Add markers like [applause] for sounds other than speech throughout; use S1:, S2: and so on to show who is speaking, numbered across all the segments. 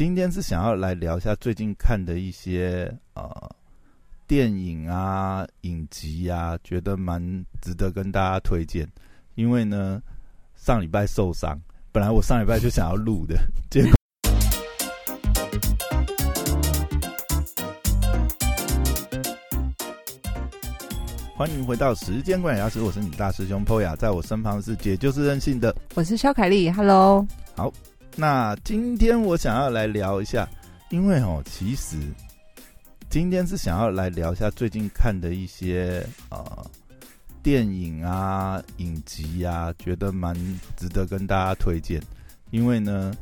S1: 今天是想要来聊一下最近看的一些呃电影啊、影集啊，觉得蛮值得跟大家推荐。因为呢，上礼拜受伤，本来我上礼拜就想要录的， [laughs] 结果欢迎回到时间管理大师，我是你大师兄 Poya，在我身旁是姐就是任性的
S2: 我是肖凯丽，Hello。
S1: 那今天我想要来聊一下，因为哦，其实今天是想要来聊一下最近看的一些呃电影啊、影集啊，觉得蛮值得跟大家推荐。因为呢，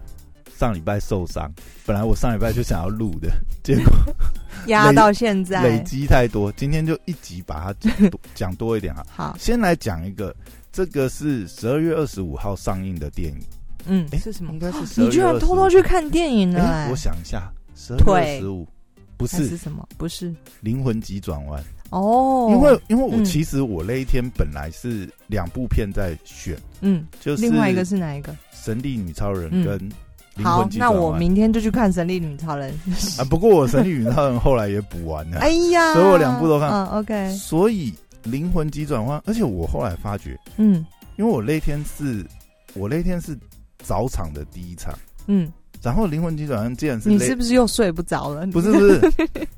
S1: 上礼拜受伤，本来我上礼拜就想要录的，结果
S2: 压到现
S1: 累
S2: 在，
S1: 积太多，今天就一集把它讲多讲多一点啊。
S2: 好，
S1: 先来讲一个，这个是十二月二十五号上映的电影，
S2: 嗯，
S1: 诶
S2: 是什么
S1: 应？该是12
S2: 你居然
S1: 月
S2: 偷
S1: 25
S2: 偷去看电影了、
S1: 哎、
S2: 哎
S1: 我想一下，十二月
S2: 腿
S1: 十五不
S2: 还是
S1: 是
S2: 什么？不是
S1: 灵魂急转弯，
S2: 哦，
S1: 因为因为我
S2: 嗯
S1: 其实我那一天本来是两部片在选，
S2: 嗯，
S1: 就是
S2: 另外一个是哪一个？
S1: 《神力女超人》
S2: 嗯
S1: 跟《灵
S2: 好
S1: 魂，急
S2: 那
S1: 转
S2: 我
S1: 弯》
S2: 明天就去看《神力女超人》。 [laughs]
S1: 啊，不过我《神力女超人》后来也补完了，
S2: 哎呀，
S1: 所以我两部都看
S2: 嗯，OK，
S1: 所以《灵魂急转弯》，而且我后来发觉，
S2: 嗯
S1: 因为我那天是我那天是早场的第一场，
S2: 嗯，
S1: 然后《灵魂急转弯》竟然是
S2: 你
S1: 那
S2: 是不是又睡不着了？
S1: [laughs] 不是不是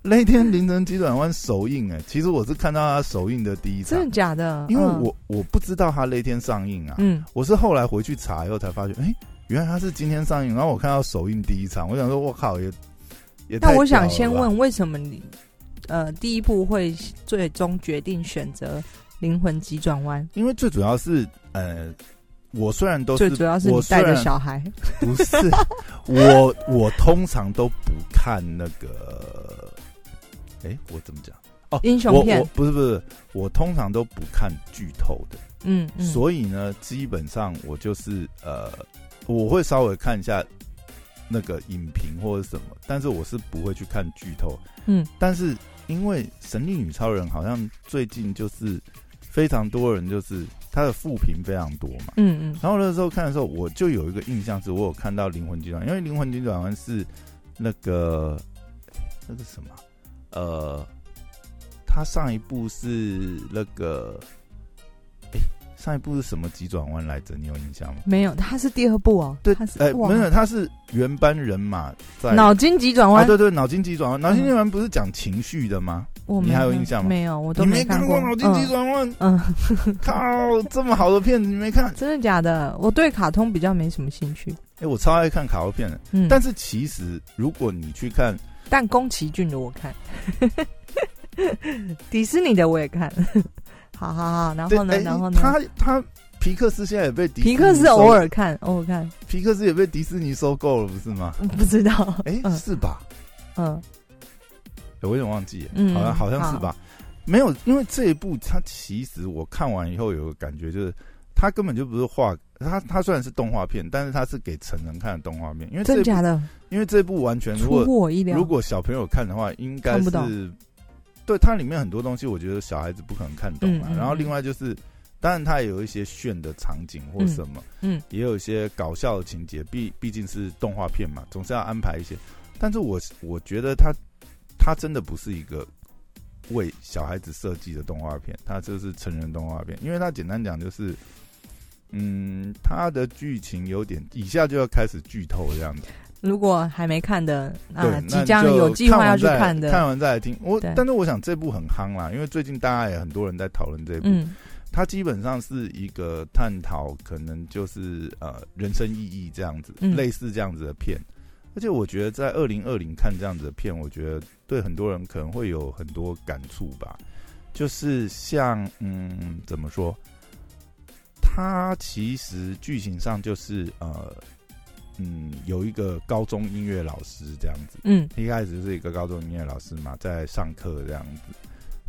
S1: 那天凌晨急转弯首映哎、其实我是看到它首映的第一场
S2: 真，的假的？
S1: 因为
S2: 嗯
S1: 我我不知道他那天上映啊，
S2: 嗯，
S1: 我是后来回去查以后才发觉，哎、原来他是今天上映。然后我看到首映第一场，我想说，我靠，也也太
S2: 那我
S1: 屌
S2: 想
S1: 了
S2: 先
S1: 吧，
S2: 问，为什么你呃第一步会最终决定选择《灵魂急转弯
S1: 因为最主要是呃，我虽然》？都
S2: 最
S1: 是
S2: 主要是你
S1: 我
S2: 带
S1: 虽
S2: 着
S1: 然
S2: 小孩，
S1: 不
S2: [laughs]
S1: 是我我通常都不看那个，哎、我怎么讲？
S2: 英雄
S1: 我
S2: 片
S1: 我，不是不是，我通常都不看剧透的。
S2: 嗯嗯，
S1: 所以呢，基本上我就是呃，我会稍微看一下那个影评或者什么，但是我是不会去看剧透。
S2: 嗯，
S1: 但是因为《神力女超人》好像最近就是非常多人就是她的负评非常多嘛。
S2: 嗯嗯
S1: 然后那时候看的时候，我就有一个印象是，我有看到《灵魂急转弯》，因为《灵魂急转弯》是那个那个什么，呃，他上一部是那个，哎、上一部是什么急转弯来着？你有印象吗？
S2: 没有，他是第二部哦，
S1: 对
S2: 他是
S1: 哎、
S2: 哇
S1: 没有，他是原班人马在
S2: 脑筋急转
S1: 啊，
S2: 弯，
S1: 对对，脑筋急转弯，脑筋急转弯不是讲情绪的吗？
S2: 我
S1: 你
S2: 没
S1: 还有
S2: 看
S1: 印象吗
S2: 没有，嗯我都
S1: 你没
S2: 看
S1: 过
S2: 过
S1: 《脑筋急转弯》
S2: 嗯，嗯 [laughs]
S1: 靠，这么好的片子你没看？哎、
S2: 真的假的？我对卡通比较没什么兴趣，
S1: 我超爱看卡通片的，
S2: 嗯，
S1: 但
S2: 但
S1: 是其实如果你去看。
S2: 但宫崎骏的我看， [laughs] 迪士尼的我也看， [laughs] 好好好，然
S1: 对，
S2: 后呢，
S1: 哎
S2: 然后呢？
S1: 他他皮克斯现在也被迪士尼
S2: 皮克斯
S1: 收
S2: 偶尔看，偶尔看，
S1: 皮克斯也被迪士尼收购了，不是吗？
S2: 嗯不知道，
S1: [laughs] 哎、
S2: 嗯
S1: 是吧？
S2: 嗯
S1: 哎我有点忘记了，
S2: 嗯
S1: 好像好像是吧？没有，因为这一部它其实我看完以后有个感觉，就是它根本就不是画，它它虽然是动画片，但是它是给成人看的动画片，因为
S2: 真
S1: 这
S2: 的
S1: 一部
S2: 假的？
S1: 因为这部完全如
S2: 出
S1: 果
S2: 乎我意料
S1: 如。果小朋友看的话，应该
S2: 看
S1: 是
S2: 不懂
S1: 对它里面很多东西，我觉得小孩子不可能看懂啊。
S2: 嗯嗯
S1: 然后
S2: 嗯
S1: 另外就是，当然它也有一些炫的场景或什么，
S2: 嗯嗯
S1: 也有一些搞笑的情节，毕毕竟是动画片嘛，总是要安排一些。但是我我觉得它它真的不是一个为小孩子设计的动画片，它就是成人动画片，因为它简单讲就是。嗯，它的剧情有点，以下就要开始剧透这样子。
S2: 如果还没看的
S1: 对，
S2: 啊，
S1: 那
S2: 即将
S1: 就
S2: 有计划要去
S1: 看完再
S2: 看的，
S1: 看完再来听。我
S2: 对
S1: 但是我想这部很夯啦，因为最近大家也很多人在讨论这部。
S2: 嗯
S1: 它基本上是一个探讨，可能就是呃人生意义这样子，
S2: 嗯
S1: 类似这样子的片。而且我觉得在二零二零看这样子的片，我觉得对很多人可能会有很多感触吧。就是像嗯，怎么说？它其实剧情上就是呃嗯，有一个高中音乐老师这样子。
S2: 嗯
S1: 一开始就是一个高中音乐老师嘛，在上课这样子。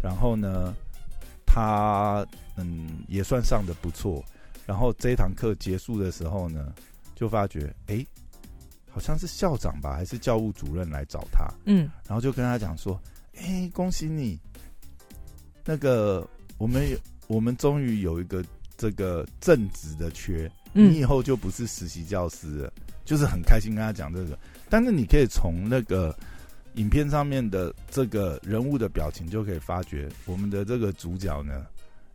S1: 然后呢，他嗯也算上的不错。然后这一堂课结束的时候呢，就发觉哎、诶好像是校长吧，还是教务主任来找他，
S2: 嗯，
S1: 然后就跟他讲说：“哎、恭喜你，那个我们有我们终于有一个这个正职的缺，
S2: 嗯
S1: 你以后就不是实习教师了，就是很开心跟他讲这个。但是你可以从那个影片上面的这个人物的表情就可以发觉，我们的这个主角呢，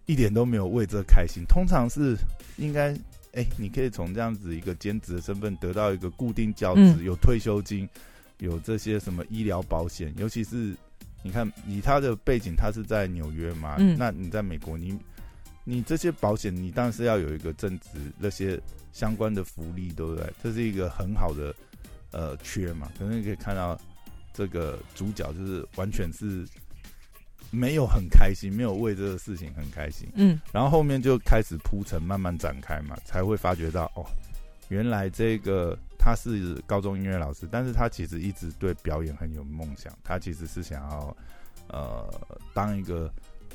S1: 一点都没有为这开心。通常是应该，哎、你可以从这样子一个兼职的身份得到一个固定教职，
S2: 嗯
S1: 有退休金，有这些什么医疗保险，尤其是你看以他的背景，他是在纽约嘛，
S2: 嗯
S1: 那你在美国，你你这些保险，你当然是要有一个正职那些相关的福利，对不对？这是一个很好的呃缺嘛，可能你可以看到这个主角就是完全是没有很开心，没有为这个事情很开心，
S2: 嗯
S1: 然后后面就开始铺陈，慢慢展开嘛，才会发觉到哦，原来这个他是高中音乐老师，但是他其实一直对表演很有梦想，他其实是想要呃当一个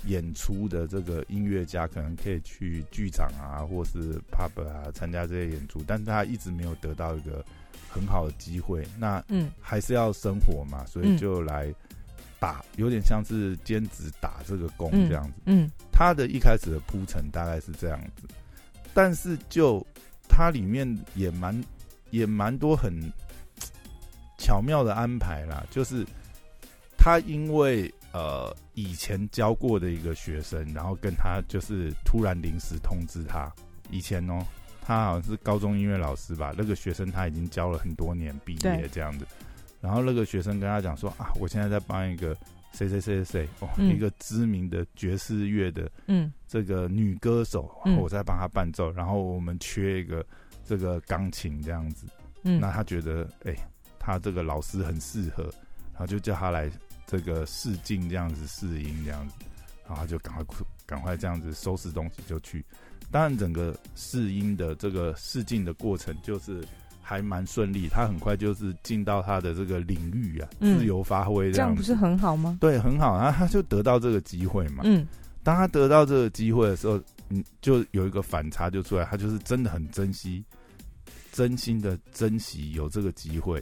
S1: 演出的这个音乐家，可能可以去剧场啊，或是 pub 啊参加这些演出，但是他一直没有得到一个很好的机会。那
S2: 嗯
S1: 还是要生活嘛，所以
S2: 嗯
S1: 就来打，有点像是兼职打这个工
S2: 嗯
S1: 这样子。
S2: 嗯
S1: 他的一开始的铺陈大概是这样子，但是就它里面也蛮也蛮多很巧妙的安排啦，就是他因为呃以前教过的一个学生，然后跟他就是突然临时通知他，以前哦，他好像是高中音乐老师吧，那个学生他已经教了很多年，毕业
S2: 对
S1: 这样子，然后那个学生跟他讲说啊，我现在在帮一个谁谁谁谁谁哦，
S2: 嗯
S1: 一个知名的爵士乐的
S2: 嗯
S1: 这个女歌手，
S2: 嗯
S1: 我在帮她伴奏，然后我们缺一个这个钢琴这样子，
S2: 嗯
S1: 那他觉得哎、他这个老师很适合，然后就叫他来这个试镜这样子试音这样子，然后他就赶快赶快这样子收拾东西就去。当然，整个试音的这个试镜的过程就是还蛮顺利，他很快就是进到他的这个领域啊，
S2: 嗯
S1: 自由发挥
S2: 这样
S1: 样
S2: 不
S1: 子。
S2: 是很好吗？
S1: 对，很好，然后他就得到这个机会嘛。
S2: 嗯
S1: 当他得到这个机会的时候，嗯，就有一个反差就出来，他就是真的很珍惜，真心的珍惜有这个机会。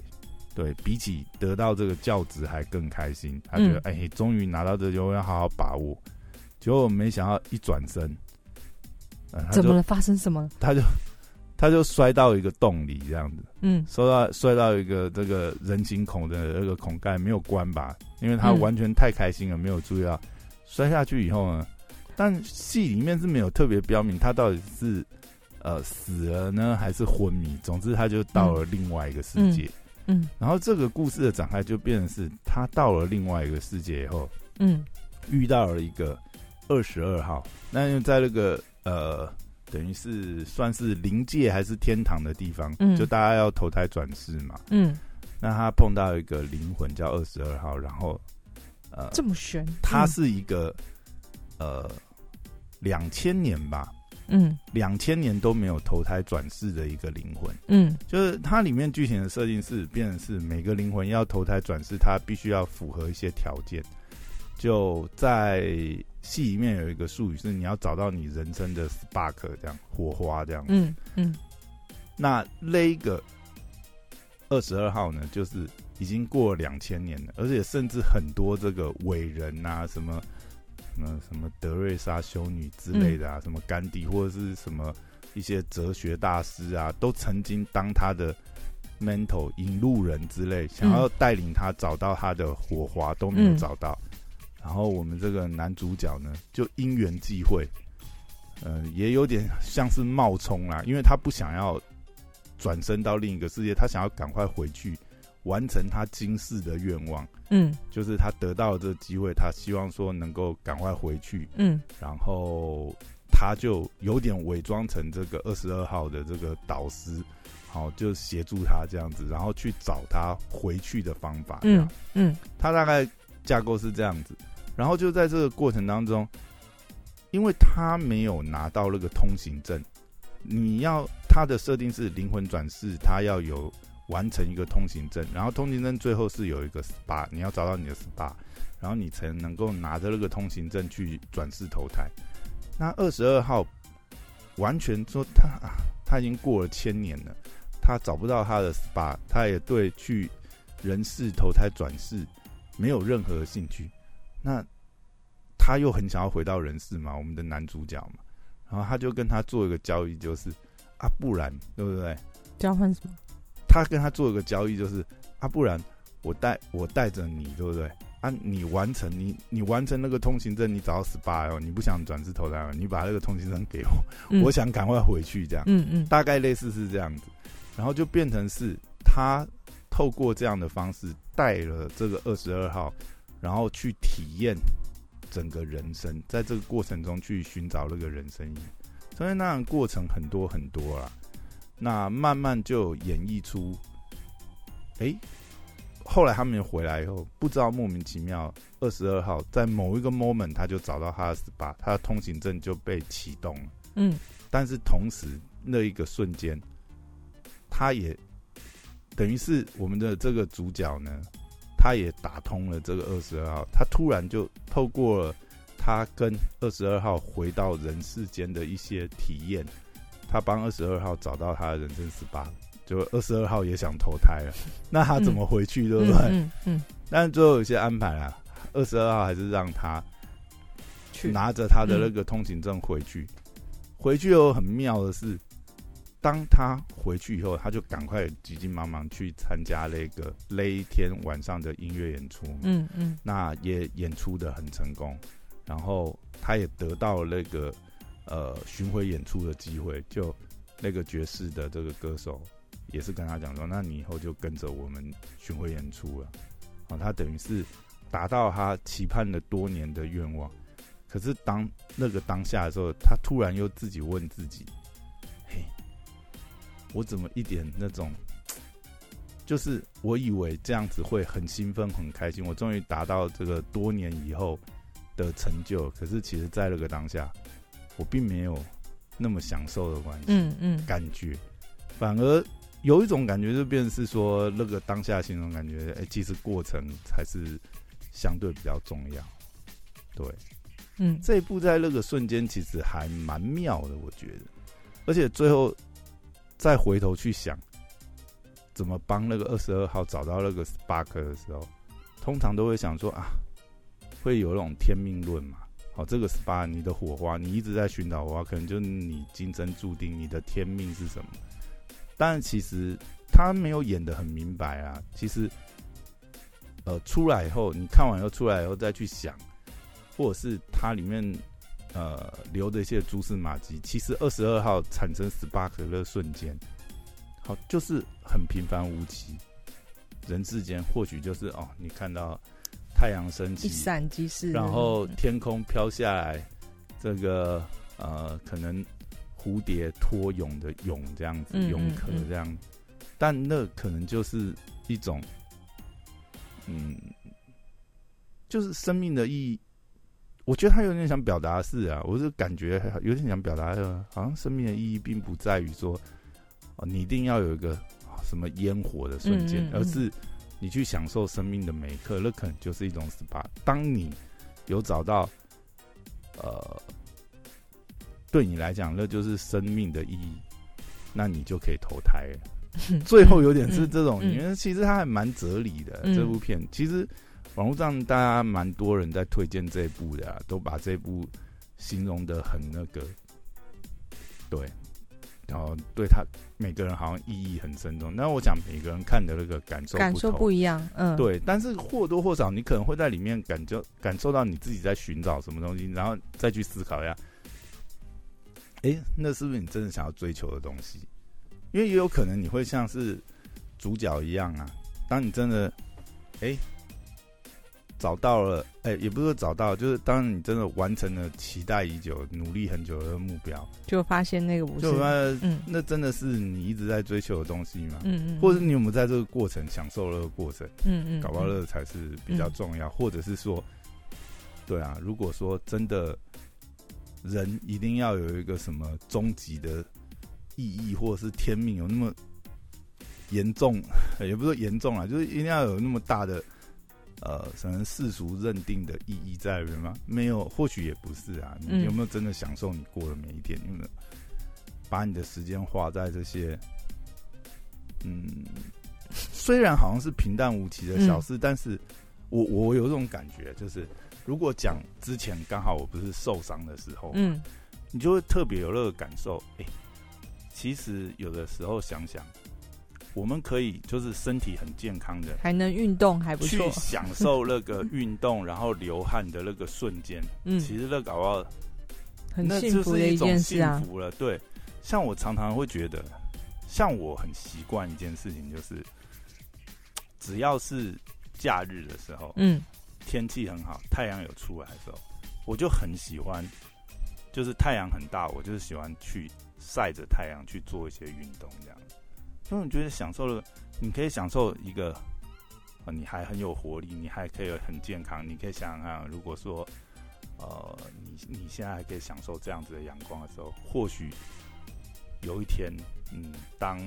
S1: 对比起得到这个教职还更开心，他觉
S2: 嗯
S1: 得哎，终于拿到这个机会，要好好把握。结果没想到一转身，嗯、他
S2: 怎么
S1: 就
S2: 了？发生什么了？
S1: 他就他就摔到一个洞里这样子。
S2: 嗯
S1: 摔到摔到一个这个人行孔的那个孔盖没有关吧，因为他
S2: 嗯
S1: 完全太开心了，没有注意到摔下去以后呢，但戏里面是没有特别标明他到底是呃死了呢还是昏迷，总之他就到了另外一个世界。
S2: 嗯
S1: 然后这个故事的展开就变成是他到了另外一个世界以后，
S2: 嗯
S1: 遇到了一个二十二号，那就在那个呃，等于是算是灵界还是天堂的地方，
S2: 嗯
S1: 就大家要投胎转世嘛。
S2: 嗯，
S1: 那他碰到一个灵魂叫二十二号，然后呃，
S2: 这么悬？
S1: 他是一个呃两千年吧，
S2: 嗯
S1: 两千年都没有投胎转世的一个灵魂。
S2: 嗯
S1: 就是它里面剧情的设定是，变成是每个灵魂要投胎转世，它必须要符合一些条件。就在戏里面有一个术语是，你要找到你人生的 spark，这样火花这样。
S2: 嗯嗯
S1: 那那一个二十二号呢，就是已经过两千年了，而且甚至很多这个伟人啊，什么什么什么德瑞莎修女之类的啊，什么甘地或者是什么一些哲学大师啊，都曾经当他的 mentor 引路人之类，想要带领他找到他的火花，都没有
S2: 嗯
S1: 找到。然后我们这个男主角呢，就因缘际会，呃，也有点像是冒充啦，因为他不想要转身到另一个世界，他想要赶快回去完成他今世的愿望，
S2: 嗯
S1: 就是他得到了这个机会，他希望说能够赶快回去，
S2: 嗯
S1: 然后他就有点伪装成这个二十二号的这个导师，好，就协助他这样子，然后去找他回去的方法，这样
S2: 嗯嗯
S1: 它大概架构是这样子。然后就在这个过程当中，因为他没有拿到那个通行证，你要他的设定是灵魂转世，他要有完成一个通行证，然后通行证最后是有一个 SPA，你要找到你的 SPA，然后你才能够拿着那个通行证去转世投胎。那二十二号完全说他啊，他已经过了千年了，他找不到他的 SPA，他也对去人世投胎转世没有任何兴趣，那他又很想要回到人世嘛，我们的男主角嘛，然后他就跟他做一个交易，就是啊，不然对不对？
S2: 交换什么？
S1: 他跟他做一个交易，就是啊，不然我带我带着你，对不对？啊，你完成你你完成那个通行证，你找到十八哦，你不想转世投胎哦，你把那个通行证给我，
S2: 嗯
S1: 我想赶快回去这样。
S2: 嗯嗯
S1: 大概类似是这样子，然后就变成是他透过这样的方式带了这个二十二号，然后去体验整个人生，在这个过程中去寻找那个人生意义。所以那样过程很多很多啦，那慢慢就演绎出，哎、后来他们回来以后，不知道莫名其妙，二十二号在某一个 moment 他就找到他的 SPA，他的通行证就被启动了。
S2: 嗯
S1: 但是同时那一个瞬间，他也等于是我们的这个主角呢，他也打通了这个二十二号，他突然就透过了他跟二十二号回到人世间的一些体验，他帮二十二号找到他的人生十八，就二十二号也想投胎了，那他怎么回去，对不
S2: 嗯
S1: 对？
S2: 嗯嗯，
S1: 但是最后有些安排啦，二十二号还是让他
S2: 去嗯
S1: 拿着他的那个通行证回去。回去以后很妙的是，当他回去以后，他就赶快急急忙忙去参加那个那一天晚上的音乐演出。
S2: 嗯嗯
S1: 那也演出的很成功，然后他也得到那个呃巡回演出的机会，就那个爵士的这个歌手也是跟他讲说，那你以后就跟着我们巡回演出了，啊，他等于是达到他期盼了多年的愿望。可是当那个当下的时候，他突然又自己问自己：“嘿，我怎么一点那种就是我以为这样子会很兴奋、很开心，我终于达到这个多年以后的成就。可是其实，在那个当下，我并没有那么享受的关系、
S2: 嗯嗯，
S1: 感觉，反而有一种感觉，就变成是说那个当下形容感觉，哎、其实过程才是相对比较重要。对，
S2: 嗯
S1: 这一部在那个瞬间其实还蛮妙的，我觉得，而且最后再回头去想，怎么帮那个二十二号找到那个 Spark 的时候，通常都会想说啊，会有那种天命论嘛。好，这个 Spark 你的火花，你一直在寻找火花，可能就是你今生注定，你的天命是什么？但其实他没有演的很明白啊。其实，呃，出来以后，你看完以后出来以后再去想。或者是它里面呃留的一些蛛丝马迹，其实二十二号产生 spark 的瞬间，好，就是很平凡无奇。人世间或许就是哦，你看到太阳升
S2: 一
S1: 起，
S2: 闪即逝的那
S1: 然
S2: 种，
S1: 后天空飘下来，这个呃，可能蝴蝶托蛹的蛹这样子，
S2: 嗯
S1: 蛹
S2: 嗯
S1: 壳
S2: 嗯
S1: 这样，但那可能就是一种，嗯，就是生命的意义。我觉得他有点想表达的是啊，我是感觉有点想表达的，好像生命的意义并不在于说，哦，你一定要有一个哦什么烟火的瞬间，
S2: 嗯嗯嗯
S1: 而是你去享受生命的每一刻，那可能就是一种 SPA。当你有找到，呃，对你来讲，那就是生命的意义，那你就可以投胎了。
S2: [laughs]
S1: 最后有点是这种，
S2: 嗯嗯
S1: 因为其实它还蛮哲理的、
S2: 嗯
S1: 这部片。其实网络上大家蛮多人在推荐这一部的、啊，都把这部形容的很那个，对，然后对他每个人好像意义很深重。那我想每个人看的那个感受
S2: 感受
S1: 同啊
S2: 不一样，嗯，
S1: 对，但是或多或少，你可能会在里面感觉感受到你自己在寻找什么东西，然后再去思考一下，诶，那是不是你真的想要追求的东西？因为也有可能你会像是主角一样啊，当你真的诶找到了，诶，也不是说找到，就是当你真的完成了期待已久、努力很久的目标，
S2: 就发现那个不是
S1: 就，那
S2: 嗯
S1: 那真的是你一直在追求的东西吗？
S2: 嗯嗯，
S1: 或者你有没有在这个过程享受那个过程？
S2: 嗯嗯，嗯
S1: 搞不好这才是比较重要，或者是说，对啊，如果说真的人一定要有一个什么终极的意义，或者是天命有那么严重， [laughs] 也不是说严重啊，就是一定要有那么大的呃，可能世俗认定的意义在里面吗？没有，或许也不是啊。你
S2: 嗯
S1: 有没有真的享受你过的每一天？有没有把你的时间花在这些？嗯，虽然好像是平淡无奇的
S2: 嗯
S1: 小事，但是我我有这种感觉，就是如果讲之前刚好我不是受伤的时候，
S2: 嗯
S1: 你就会特别有那个感受。哎、其实有的时候想想，我们可以就是身体很健康的
S2: 还能运动还不
S1: 去
S2: 错。
S1: 享受那
S2: [laughs]
S1: 个运动，然后流汗的那个瞬间，
S2: 嗯，
S1: 其实那搞不好
S2: 很
S1: 那
S2: 幸
S1: 就
S2: 福
S1: 是
S2: 的
S1: 一种
S2: 件事啊
S1: 幸。福了。对，像我常常会觉得，像我很习惯一件事情，就是只要是假日的时候，
S2: 嗯，
S1: 天气很好，太阳有出来的时候，我就很喜欢，就是太阳很大，我就是喜欢去晒着太阳去做一些运动，这样，因为我觉得享受了，你可以享受一个，呃，你还很有活力，你还可以很健康，你可以想想看，如果说，呃，你你现在还可以享受这样子的阳光的时候，或许有一天，嗯，当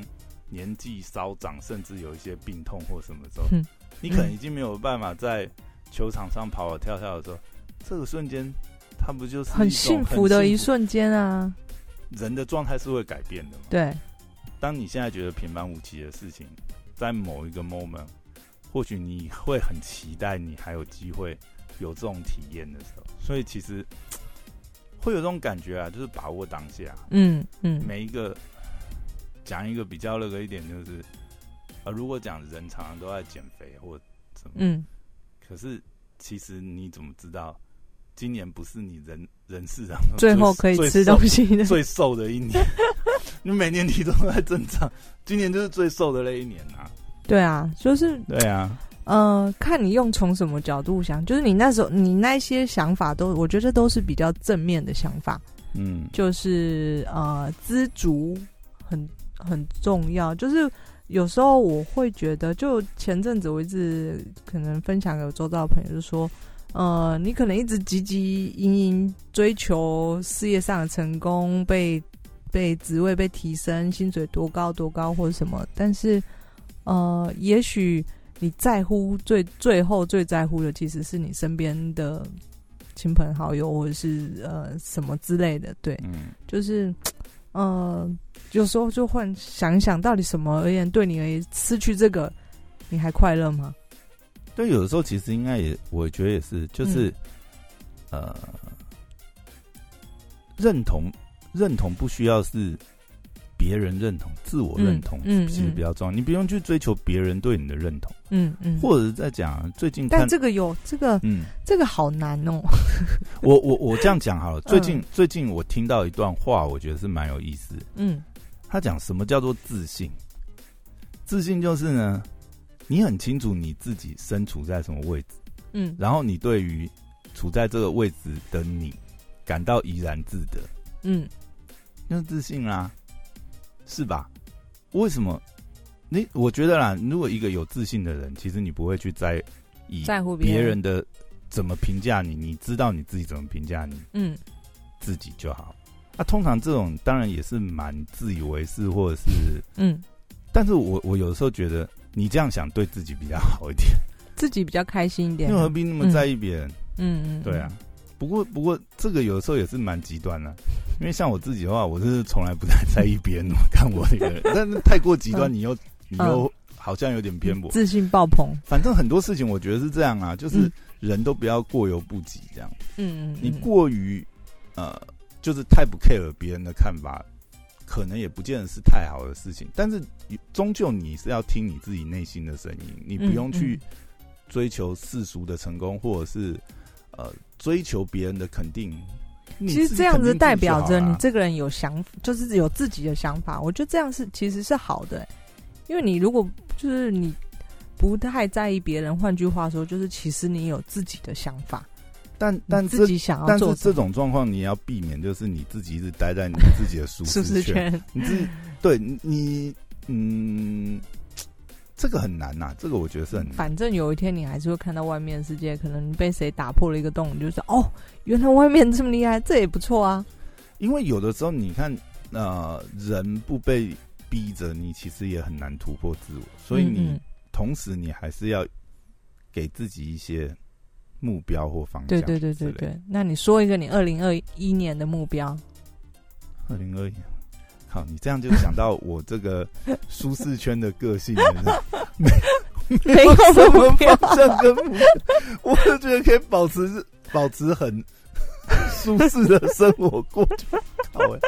S1: 年纪稍长，甚至有一些病痛或什么的时候，
S2: 哼
S1: 你可能已经没有办法在球场上跑跑跳跳的时候，这个瞬间，它不就是一种
S2: 很幸福的一
S1: 很幸
S2: 瞬间啊。
S1: 人的状态是会改变的嘛？
S2: 对，
S1: 当你现在觉得平凡无奇的事情，在某一个 moment，或许你会很期待你还有机会有这种体验的时候，所以其实会有这种感觉啊，就是把握当下。
S2: 嗯嗯，
S1: 每一个讲一个比较那个一点，就是呃，如果讲人常常都在减肥或怎么，
S2: 嗯，
S1: 可是其实你怎么知道今年不是你人人世上
S2: 最后可以吃
S1: 到
S2: 东西的，
S1: [laughs] 最瘦的一年？ [laughs] 你每年体重都在增长，今年就是最瘦的那一年啊！
S2: 对啊，就是
S1: 对啊，
S2: 呃，看你用从什么角度想，就是你那时候你那些想法都，我觉得都是比较正面的想法，
S1: 嗯，
S2: 就是呃，知足很很重要。就是有时候我会觉得，就前阵子我一直可能分享给我周遭的朋友，就说，呃，你可能一直汲汲营营追求事业上的成功，被被职位被提升，薪水多高多高或者什么，但是呃，也许你在乎最最后最在乎的其实是你身边的亲朋好友或者是呃什么之类的，对，
S1: 嗯，
S2: 就是呃有时候就换想一想，到底什么而言对你而言失去这个，你还快乐吗？
S1: 对，有的时候其实应该也，我觉得也是，就是、
S2: 嗯
S1: 呃，认同认同不需要是别人认同，自我认同、
S2: 嗯嗯
S1: 其实比较重要，你不用去追求别人对你的认同，
S2: 嗯嗯，
S1: 或者是在讲最近看
S2: 但，这个有这个
S1: 嗯，
S2: 这个好难哦，
S1: 我我我这样讲好了，最近、最近我听到一段话，我觉得是蛮有意思的，
S2: 嗯
S1: 他讲什么叫做自信？自信就是呢，你很清楚你自己身处在什么位置。
S2: 嗯
S1: 然后你对于处在这个位置的你感到怡然自得，
S2: 嗯
S1: 那是自信啦、是吧？为什么？你我觉得啦，如果一个有自信的人，其实你不会去在意
S2: 在乎别
S1: 别
S2: 人
S1: 人的怎么评价你，你知道你自己怎么评价你
S2: 嗯
S1: 自己就好。那、通常这种当然也是蛮自以为是，或者是，
S2: 嗯，
S1: 但是我我有的时候觉得你这样想对自己比较好一点，
S2: 自己比较开心一点
S1: 因为
S2: 啊，
S1: 何必那么在意别人？
S2: 嗯嗯，
S1: 对啊，不过不过这个有时候也是蛮极端的、啊因为像我自己的话，我是从来不太在意别人怎么看我这个人，但是太过极端，你又你又好像有点偏颇。
S2: 嗯自信爆棚，
S1: 反正很多事情我觉得是这样啊，就是
S2: 嗯
S1: 人都不要过犹不及，这样
S2: 嗯嗯，
S1: 你
S2: 嗯
S1: 过于呃，就是太不 care 别人的看法，可能也不见得是太好的事情。但是终究你是要听你自己内心的声音，你不用
S2: 嗯
S1: 去
S2: 嗯
S1: 追求世俗的成功，或者是呃追求别人的肯定。你
S2: 其
S1: 自
S2: 实
S1: 己
S2: 这样
S1: 肯定自
S2: 子
S1: 己
S2: 代表
S1: 就好啊
S2: 着
S1: 啦
S2: 你这个人有想，就是有自己的想法。我觉得这样是其实是好的欸、因为你如果就是你不太在意别人，换句话说，就是其实你有自己的想法，
S1: 但但
S2: 你
S1: 这
S2: 自己想要
S1: 但是
S2: 做
S1: 这
S2: 什么
S1: 种状况你要避免，就是你自己一直待在你自己的舒
S2: 舒
S1: 适
S2: 适
S1: 圈，
S2: 圈，
S1: 你自己对你你嗯，这个很难呐、这个我觉得是很难。
S2: 反正有一天你还是会看到外面的世界，可能你被谁打破了一个洞，你就是哦，原来外面这么厉害，这也不错啊。
S1: 因为有的时候你看，呃，人不被逼着，你其实也很难突破自我，所以你
S2: 嗯嗯
S1: 同时你还是要给自己一些目标或方向。
S2: 对对对对
S1: 之类
S2: 对，那你说一个你二零二一年的目标，
S1: 二零二一，好，你这样就想到我这个舒适圈的个
S2: [laughs]
S1: 性了，是吧 [laughs] 没
S2: 没有
S1: 什么
S2: 目标 [laughs]
S1: 方向跟目标，我就觉得可以保持保持很舒适的生活过去。靠欸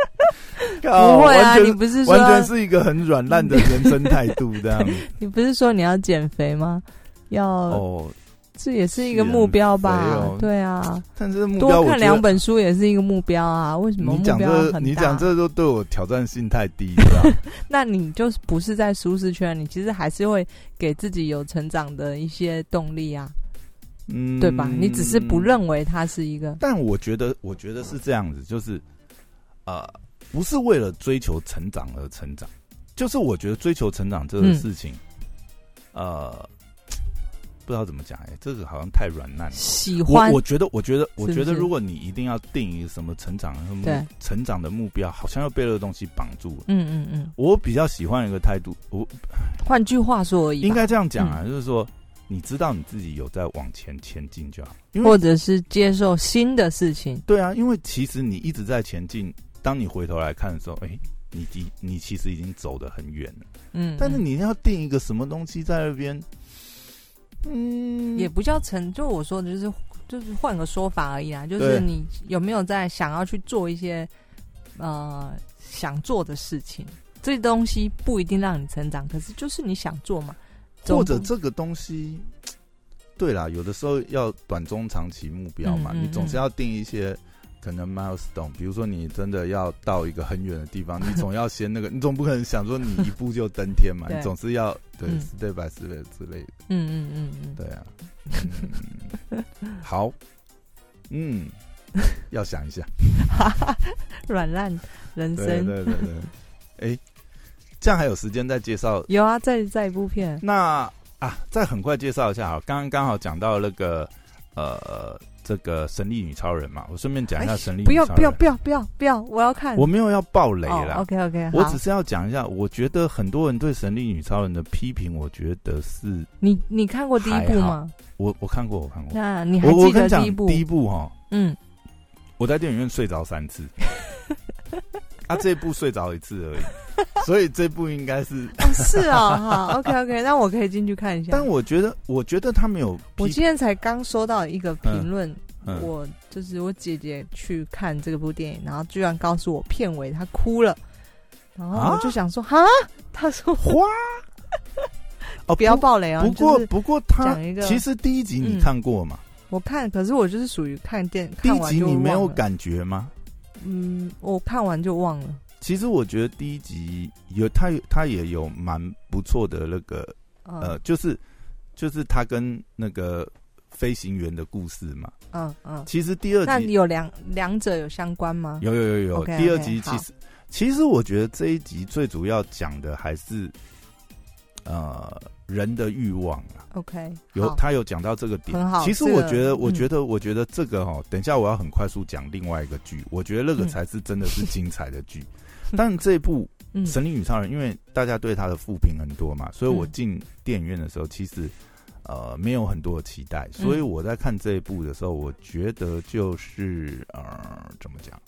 S1: 靠，
S2: 不会啊，
S1: 完
S2: 你
S1: 全
S2: 不是说
S1: 完全是一个很软烂的人生态度这
S2: [laughs]
S1: 样。
S2: 你不是说你要减肥吗？要、
S1: 哦，
S2: 这也是一个目标吧？
S1: 减肥哦
S2: 对啊，
S1: 但是目标
S2: 多
S1: 我觉
S2: 看
S1: 得
S2: 两本书也是一个目标啊。为什么
S1: 你
S2: 目
S1: 讲
S2: 标
S1: 这，
S2: 很大？
S1: 你讲这都对我挑战性太低了啊。
S2: 那你就是不是在舒适圈，你其实还是会给自己有成长的一些动力啊，
S1: 嗯，
S2: [laughs] 对吧？你只是不。认为它是一个，
S1: 但我觉得，我觉得是这样子，就是，呃，不是为了追求成长而成长，就是我觉得追求成长这个
S2: 嗯
S1: 事情，呃，不知道怎么讲，哎、这个好像太软烂了。
S2: 喜
S1: 我
S2: 欢
S1: 我觉得，我觉得，我觉
S2: 是
S1: 得，
S2: 不是
S1: 如果你一定要定义什么成长和目
S2: 对
S1: 成长的目标，好像又被这个东西绑住了。
S2: 嗯嗯嗯，
S1: 我比较喜欢一个态度，我
S2: 换句话说而已吧，
S1: 应该这样讲
S2: 嗯
S1: 啊，就是说，你知道你自己有在往前前进就好。因
S2: 或
S1: 为
S2: 者是接受新的事情，
S1: 对啊，因为其实你一直在前进，当你回头来看的时候，哎、你你你其实已经走得很远了。
S2: 嗯，
S1: 但是
S2: 嗯
S1: 你要定一个什么东西在那边，嗯，
S2: 也不叫成，就我说的就是就是换个说法而已啊，就
S1: 对
S2: 是你有没有在想要去做一些呃想做的事情，这东西不一定让你成长，可是就是你想做嘛，
S1: 或者
S2: 总不
S1: 这个东西，对啦，有的时候要短中长期目标嘛，
S2: 嗯嗯
S1: 你总是要定一些可能 milestone，比如说你真的要到一个很远的地
S2: [laughs]
S1: 方，你总要先那个，你总不可能想说你一步就登天
S2: [laughs]
S1: 嘛，
S2: 对
S1: 你总是要对
S2: 嗯
S1: step by step 之类的，
S2: 嗯嗯嗯嗯，
S1: 对
S2: [laughs]
S1: 啊，嗯、好，嗯，要想一下，
S2: 软烂人
S1: 对
S2: 生。
S1: 对对对，哎，这样还有时间再介绍
S2: 有啊，在在一部片，
S1: 那啊，再很快介绍一下好，刚刚刚好讲到那个呃，这个神力女超人嘛，我顺便讲一下
S2: 哎
S1: 神力
S2: 不
S1: 女
S2: 要
S1: 超
S2: 不要
S1: 人。
S2: 不要不要不要，我要看。
S1: 我没有要爆雷
S2: 哦
S1: 啦，
S2: ，OK OK，
S1: 我
S2: 好
S1: 只，是要讲一下，我觉得很多人对神力女超人的批评，我觉得是
S2: 你你看过第一部吗？
S1: 我我看过，我看过，
S2: 那你还
S1: 我我
S2: 记
S1: 跟你
S2: 得
S1: 讲
S2: 第一部？
S1: 第一部哈，
S2: 嗯，
S1: 我在电影院睡着三次，啊，这一部睡着一次而
S2: [laughs]
S1: 已，所以这部应该是，
S2: 哦是哦，好，OK OK，那我可以进去看一
S1: [laughs]
S2: 下。
S1: 但我觉得我觉得他没有
S2: 我
S1: 批
S2: 今天才刚收到一个评论，
S1: 嗯
S2: 我就是我姐姐去看这部电影，然后居然告诉我片尾她哭了，然后
S1: 啊
S2: 我就想说哈，她
S1: [laughs]
S2: 说
S1: 花哦，
S2: 不要暴雷哦，
S1: 不过、
S2: 就是
S1: 不过他
S2: 讲一个
S1: 其实第一集你看过嘛？
S2: 我看，可是我就是属于看电
S1: 第
S2: 嗯看
S1: 一
S2: 完
S1: 集
S2: 就
S1: 你没有
S2: 忘了，
S1: 感觉吗？
S2: 嗯，我看完就忘了，
S1: 其实我觉得第一集有他他也有蛮不错的那个
S2: 嗯、
S1: 呃，就是就是他跟那个飞行员的故事嘛。
S2: 嗯嗯，
S1: 其实第二
S2: 那
S1: 集
S2: 有两两者有相关吗？
S1: 有有有有
S2: OK，OK，
S1: 第二集
S2: 好
S1: 其实其实我觉得这一集最主要讲的还是呃人的欲望啊。
S2: OK，
S1: 有
S2: 好
S1: 他有讲到这个点
S2: 很，好
S1: 其实
S2: 这
S1: 我
S2: 个
S1: 觉得，我
S2: 嗯
S1: 觉得，我觉得这个哦，等一下我要很快速讲另外一个剧，我觉得那个
S2: 嗯
S1: 才是真的是精彩的
S2: [laughs]
S1: 剧。但这部
S2: 嗯
S1: 《神力女超人》，因为大家对他的负评很多嘛，所以我
S2: 嗯
S1: 进电影院的时候，其实呃没有很多的期待，所以
S2: 嗯
S1: 我在看这一部的时候，我觉得就是呃怎么讲，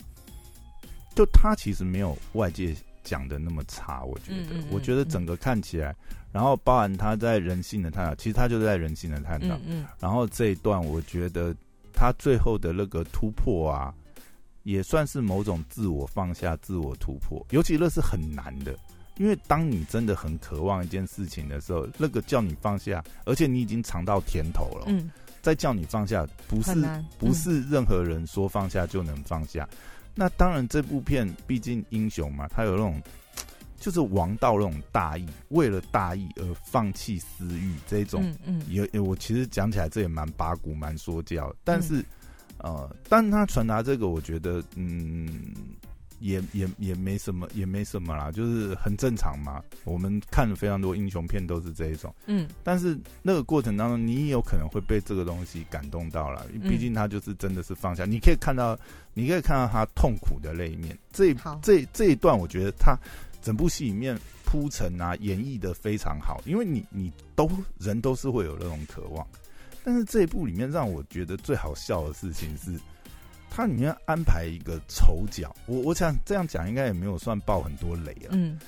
S1: 就他其实没有外界讲的那么差，我觉得
S2: 嗯嗯，嗯
S1: 我觉得整个看起来，然后包含他在人性的探讨，其实他就是在人性的探讨
S2: 嗯。嗯
S1: 然后这一段，我觉得他最后的那个突破啊，也算是某种自我放下、自我突破，尤其那是很难的。因为当你真的很渴望一件事情的时候，那个叫你放下，而且你已经尝到甜头了，
S2: 嗯，
S1: 再叫你放下，不是
S2: 很难，嗯
S1: 不是任何人说放下就能放下。那当然，这部片毕竟英雄嘛，他有那种就是王道那种大义，为了大义而放弃私欲这种
S2: 嗯嗯嗯
S1: 也也我其实讲起来这也蛮八股蛮说教的，但是、呃，但他传达这个，我觉得嗯，也也也没什么，也没什么啦，就是很正常嘛。我们看了非常多英雄片都是这一种，
S2: 嗯
S1: 但是那个过程当中，你也有可能会被这个东西感动到了，
S2: 嗯
S1: 毕竟他就是真的是放下，你可以看到，你可以看到他痛苦的那一面。这
S2: 好
S1: 这这一段，我觉得他整部戏里面铺陈啊，演绎的非常好，因为你你都人都是会有那种渴望，但是这一部里面让我觉得最好笑的事情是。它里面安排一个丑角，我我想这样讲应该也没有算爆很多雷啊了，
S2: 嗯，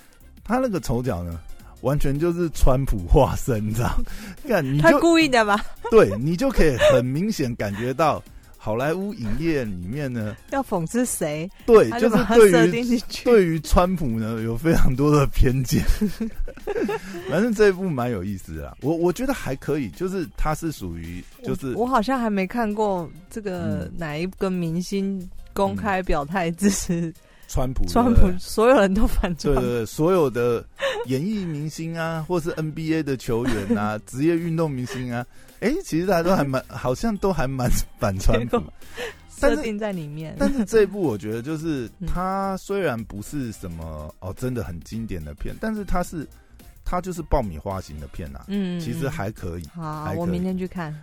S1: 他那个丑角呢，完全就是川普化
S2: [laughs]
S1: 身，你知道？看你
S2: 他
S1: 就
S2: 嗯故意的吧？ [laughs]
S1: 对你就可以很明显感觉到，好莱坞影业里面呢，
S2: 要讽刺谁，
S1: 对，
S2: 他
S1: 就是
S2: 把它设
S1: 对
S2: 定
S1: 于
S2: 进去。
S1: 对于川普呢有非常多的偏见。 [laughs] 反正这一部蛮有意思的啦，我我觉得还可以，就是它是属于就是
S2: 我我好像还没看过这个
S1: 嗯
S2: 哪一个明星公开表态支持
S1: 川普的
S2: 川普，所有人都反 [laughs]
S1: 对对
S2: 川普。
S1: 对，所有的演艺明星啊， [laughs] 或是 NBA 的球员
S2: [laughs]
S1: 啊，职业运动明星啊，哎、其实大家都还蛮，好像都还蛮反川
S2: 结
S1: 普
S2: 果。
S1: 但
S2: 设
S1: 是
S2: 定在里面，
S1: 但是这一部我觉得就是
S2: [laughs] 嗯
S1: 它虽然不是什么哦真的很经典的片，但是它是它就是爆米花型的片啊，
S2: 嗯，
S1: 其实还可以
S2: 好
S1: 还，
S2: 我
S1: 可以
S2: 明天去看。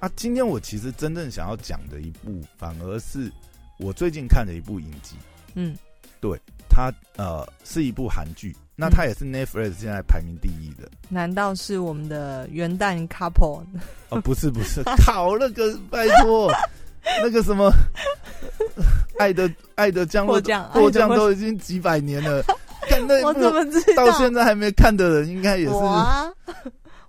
S1: 啊。今天我其实真正想要讲的一部，反而是我最近看的一部影集，
S2: 嗯，
S1: 它呃是一部韩剧，那
S2: 嗯
S1: 它也是 Netflix 现在排名第一的。
S2: 难道是我们的元旦
S1: [laughs]
S2: couple？
S1: 哦，不是不是，考那个拜托，那个什么，爱的爱的降落
S2: 迫降
S1: 迫降
S2: 爱的迫
S1: 都已经几百年了，看 [laughs] 那
S2: 我
S1: 部
S2: 哎怎么知道？
S1: 到现在还没看的人，应该也是
S2: 我啊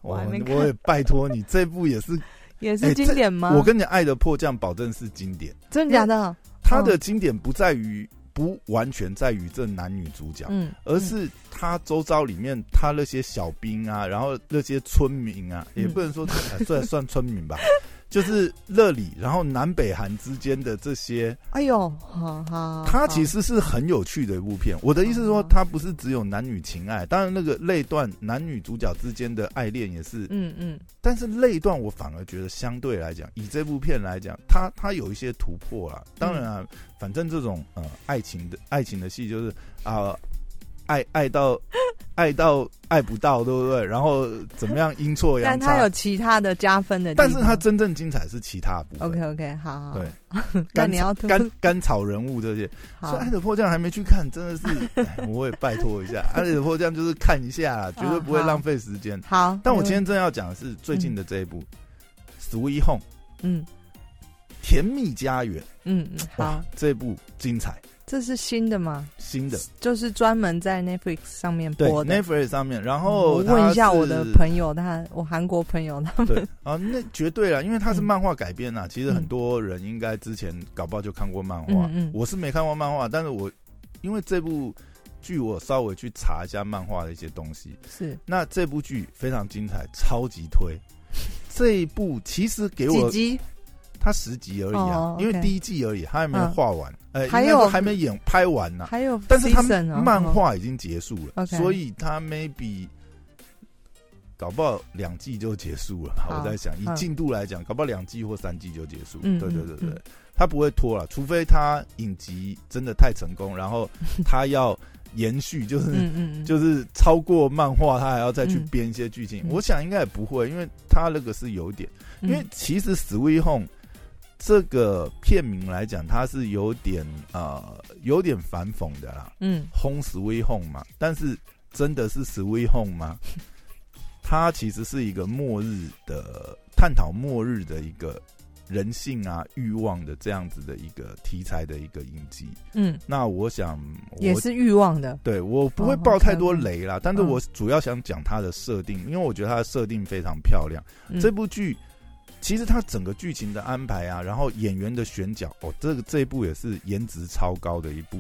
S2: 我
S1: 我
S2: 还没看啊
S1: 我也拜托你，这部也是，
S2: 也
S1: 哎
S2: 是经
S1: 这
S2: 典吗？
S1: 我跟你哎讲《爱的迫降》保证是经典，
S2: 真的假的？
S1: 它
S2: 嗯
S1: 的经典不在于不完全在于这男女主角，
S2: 嗯，
S1: 而是他周遭里面他那些小兵啊，然后那些村民啊，
S2: 嗯
S1: 也不能说、哎算算村 [laughs] 民吧， [laughs] 就是那里，然后南北韩之间的这些，
S2: 哎呦，好好，
S1: 它
S2: 好
S1: 其实是很有趣的一部片。我的意思是说，
S2: 嗯
S1: 它不是只有男女情爱，当然那个那段男女主角之间的爱恋也是，
S2: 嗯嗯
S1: 但是那段我反而觉得相对来讲，以这部片来讲，它它有一些突破啊。当然
S2: 嗯
S1: 啊，反正这种呃爱情的爱情的戏就是啊、爱爱到爱到爱不到，对不对？然后怎么样阴错阳
S2: 但他
S1: 差
S2: 有？其他的加分的地
S1: 但
S2: 方，
S1: 是它真正精彩是其他部分
S2: OK OK 好，好
S1: 对，
S2: [laughs] 那
S1: 甘
S2: 你要
S1: 草甘甘草人物这些，所
S2: 好
S1: 以《爱的迫降》还没去看，真的
S2: [laughs]
S1: 是哎我也拜托一下，《爱的迫降》就是看一下啦，绝对不会
S2: 好
S1: 浪费时间。
S2: 好，
S1: 但我
S2: 没
S1: 今天
S2: 问
S1: 正要讲的是最近的这一部《Sweet Home》。
S2: 嗯
S1: 《甜蜜家园》
S2: 嗯嗯好
S1: 哇，，这部精彩，
S2: 这是新的吗？
S1: 新的
S2: 就是专门在 Netflix 上面
S1: 对
S2: 播的。
S1: Netflix 上面。然
S2: 我
S1: 后
S2: 问一下
S1: 它是
S2: 我的朋友，他我韩国朋友他
S1: 对啊，那绝对了，因为它是
S2: 嗯
S1: 漫画改编啊。其实
S2: 嗯
S1: 很多人应该之前搞不好就看过漫画
S2: 嗯嗯，
S1: 我是没看过漫画，但是我因为这部剧我稍微去查一下漫画的一些东西。
S2: 是
S1: 那这部剧非常精彩，超级
S2: [laughs]
S1: 推。这一部其实给
S2: 几
S1: 我
S2: 集？
S1: 它十集而已啊
S2: 哦，
S1: 因为
S2: OK
S1: 第一季而已，它还没
S2: 嗯
S1: 画完，呃，
S2: 还
S1: 应该说
S2: 有
S1: 还没演拍完啊呢。
S2: 还有 season 哦，
S1: 但是他们
S2: 哦
S1: 漫画已经结束了，
S2: OK
S1: 所以他 maybe 搞不好两季就结束了吧。
S2: 好
S1: 我在想，以
S2: 嗯
S1: 进度来讲，搞不好两季或三季就结束。
S2: 嗯
S1: 对对对对
S2: 嗯嗯，
S1: 他不会拖了，除非他影集真的太成功，然后他要延续，就是。
S2: 嗯嗯嗯，
S1: 就是超过漫画，他还要再去
S2: 嗯
S1: 编一些剧情。
S2: 嗯
S1: 我想应该也不会，因为他那个是有点，
S2: 嗯
S1: 因为其实《Sweet Home》这个片名来讲，它是有点呃有点反讽的啦。
S2: 嗯
S1: Home Sweet Home 嘛，但是真的是 Sweet Home
S2: [laughs]
S1: 吗？它其实是一个末日的探讨末日的一个人性啊、欲望的这样子的一个题材的一个影集。
S2: 嗯
S1: 那我想我
S2: 也是欲望的，
S1: 对我不
S2: 哦
S1: 会
S2: ，OK，
S1: 爆太多
S2: OK
S1: 雷啦，但是
S2: 嗯
S1: 我主要想讲它的设定，因为我觉得它的设定非常漂亮。
S2: 嗯
S1: 这部剧其实它整个剧情的安排啊，然后演员的选角，哦，这个这一部也是颜值超高的一部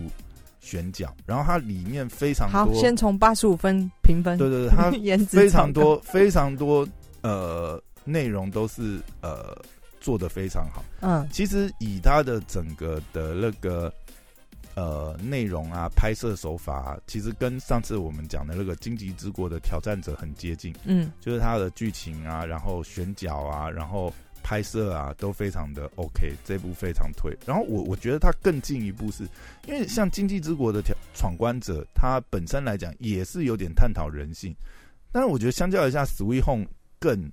S1: 选角，然后它里面非常
S2: 好，
S1: 多，
S2: 先从八十五分评分，
S1: 对对对，它
S2: [laughs] 颜值
S1: 非常
S2: 超高
S1: 多非常多呃内容都是呃做的非常好。
S2: 嗯
S1: 其实以它的整个的那个呃内容啊、拍摄手法、啊，其实跟上次我们讲的那个《荆棘之国的挑战者》很接近。
S2: 嗯
S1: 就是它的剧情啊，然后选角啊，然后拍摄啊，都非常的 OK，这部非常推。然后我我觉得它更进一步是，因为像《经济之国的挑闯关者》，它本身来讲也是有点探讨人性，但是我觉得相较一下，《Sweet Home》更。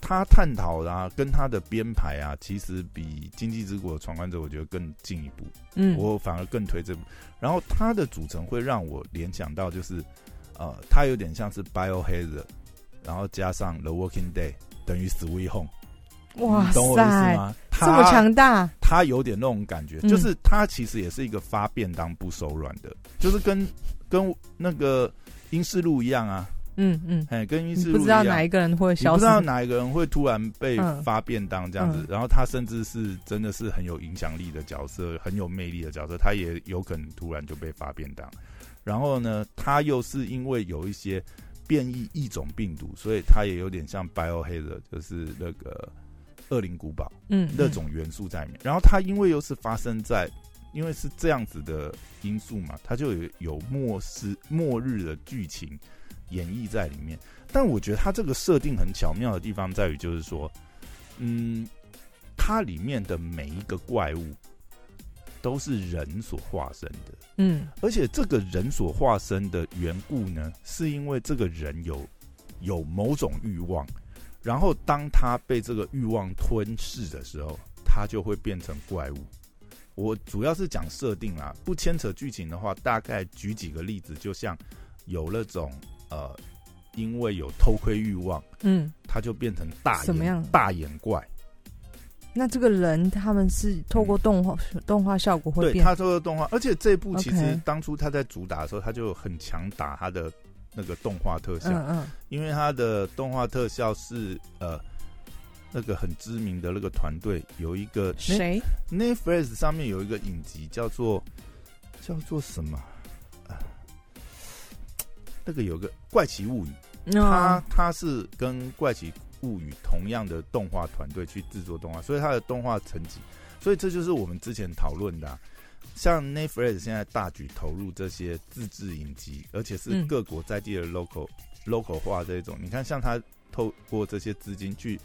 S1: 它探讨啦、跟它的编排啊，其实比《经济之国的闯关者》我觉得更进一步。
S2: 嗯，
S1: 我反而更推这部。然后它的组成会让我联想到，就是呃，它有点像是 Biohazard，然后加上 The Walking Day 等于 Sweet Home，
S2: 哇
S1: 你懂我意思
S2: 塞，
S1: 吗？
S2: 这么
S1: 它
S2: 强大，
S1: 它有点那种感觉，
S2: 嗯
S1: 就是它其实也是一个发便当不手软的，就是跟跟那个英式路一样啊，
S2: 嗯嗯，
S1: 哎，跟医
S2: 你
S1: 师
S2: 不
S1: 路
S2: 知道
S1: 一样
S2: 哪一个人会
S1: 你
S2: 消
S1: 不
S2: 失
S1: 知，道哪一个人会突然被
S2: 嗯
S1: 发便当这样子，
S2: 嗯
S1: 然后他甚至是真的是很有影响力的角色，很有魅力的角色，他也有可能突然就被发便当。然后呢，他又是因为有一些变异异种病毒，所以他也有点像 biohazard，就是那个恶灵古堡
S2: 嗯，嗯
S1: 那种元素在里面。然后他因为又是发生在，因为是这样子的因素嘛，他就有有末世末日的剧情演绎在里面。但我觉得他这个设定很巧妙的地方在于，就是说，嗯，它里面的每一个怪物都是人所化身的，
S2: 嗯
S1: 而且这个人所化身的缘故呢，是因为这个人有有某种欲望，然后当他被这个欲望吞噬的时候，他就会变成怪物。我主要是讲设定啦，不牵扯剧情的话，大概举几个例子，就像有那种呃，因为有偷窥欲望，
S2: 嗯，
S1: 他就变成大眼
S2: 什么样
S1: 大眼怪。
S2: 那这个人他们是透过动画动画效果
S1: 嗯
S2: 会
S1: 对
S2: 变
S1: 他做的动画，而且这部其实
S2: OK
S1: 当初他在主打的时候，他就很强打他的那个动画特效。
S2: 嗯嗯
S1: 因为它的动画特效是呃那个很知名的那个团队有一个
S2: 谁
S1: n e t f l i x 上面有一个影集叫做叫做什么？啊那个有个《怪奇物语》，它
S2: 哦那
S1: 它是跟《怪奇物语》同样的动画团队去制作动画，所以它的动画层级，所以这就是我们之前讨论的啊、像 Netflix 现在大举投入这些自制影集，而且是
S2: 嗯
S1: 各国在地的 local、local 化这种。你看，像他透过这些资金去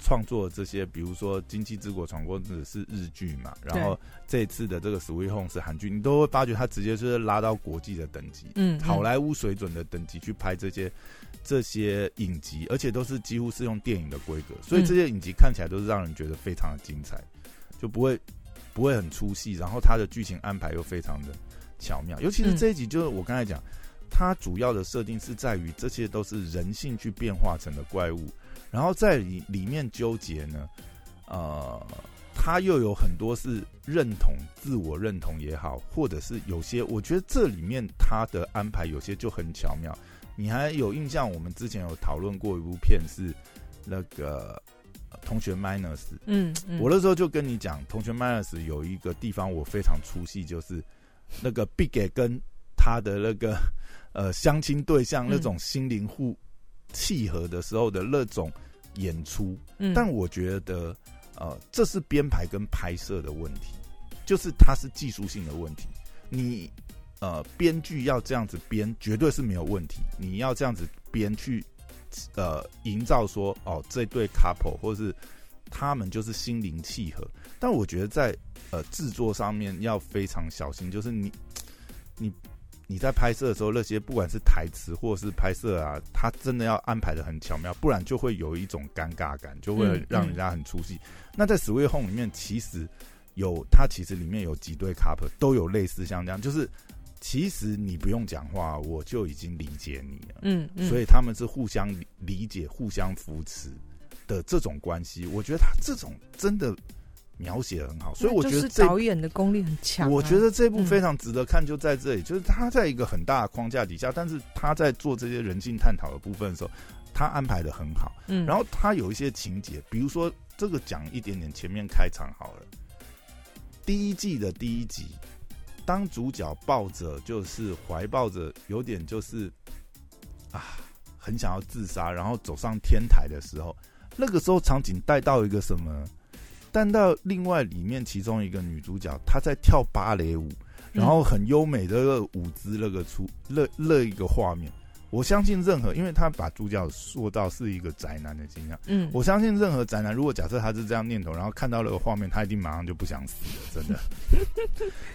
S1: 创作这些，比如说《经济之国闯关者》是日剧嘛，然后这一次的这个《Sweet Home》是韩剧，你都会发觉他直接就是拉到国际的等级。
S2: 嗯
S1: 好莱坞水准的等级去拍这些这些影集，而且都是几乎是用电影的规格，所以
S2: 嗯
S1: 这些影集看起来都是让人觉得非常的精彩，就不会不会很出戏，然后它的剧情安排又非常的巧妙，尤其是
S2: 嗯
S1: 这一集，就是我刚才讲，它主要的设定是在于这些都是人性去变化成的怪物，然后在里里面纠结呢，呃。它又有很多是认同、自我认同也好，或者是有些，我觉得这里面它的安排有些就很巧妙。你还有印象？我们之前有讨论过一部片是那个呃《同学 Minus》，
S2: 嗯嗯
S1: 我那时候就跟你讲，《同学 Minus》有一个地方我非常出戏，就是那个 Big 跟他的那个 [laughs] 呃相亲对象
S2: 嗯
S1: 那种心灵互契合的时候的那种演出。
S2: 嗯
S1: 但我觉得，呃，这是编排跟拍摄的问题，就是它是技术性的问题。你呃，编剧要这样子编，绝对是没有问题。你要这样子编去，呃，营造说哦，这对 couple 或是他们就是心灵契合。但我觉得在呃制作上面要非常小心，就是你你。你在拍摄的时候，那些不管是台词或是拍摄啊，它真的要安排的很巧妙，不然就会有一种尴尬感，就会
S2: 嗯
S1: 让
S2: 嗯
S1: 人家很出戏。那在《Sweet Home》里面，其实有它其实里面有几对 couple 都有类似像这样，就是其实你不用讲话，我就已经理解你了。
S2: 嗯嗯，
S1: 所以他们是互相理理解、互相扶持的这种关系，我觉得他这种真的描写得很好，所以我
S2: 那
S1: 觉
S2: 就
S1: 得
S2: 是
S1: 这
S2: 导演的功力很强啊，
S1: 我觉得这部
S2: 嗯
S1: 非常值得看，就在这里，就是他在一个很大的框架底下，但是他在做这些人性探讨的部分的时候，他安排的很好。
S2: 嗯，
S1: 然后他有一些情节，比如说这个讲一点点前面开场好了。第一季的第一集，当主角抱着就是怀抱着有点就是啊，很想要自杀，然后走上天台的时候，那个时候场景带到一个什么？带到另外里面其中一个女主角，她在跳芭蕾舞，
S2: 嗯
S1: 然后很优美的那个舞姿，那个出那那一个画面，我相信任何，因为他把主角塑造是一个宅男的形象，
S2: 嗯，
S1: 我相信任何宅男，如果假设他是这样念头，然后看到那个画面，他一定马上就不想死了，真
S2: [laughs]
S1: 的。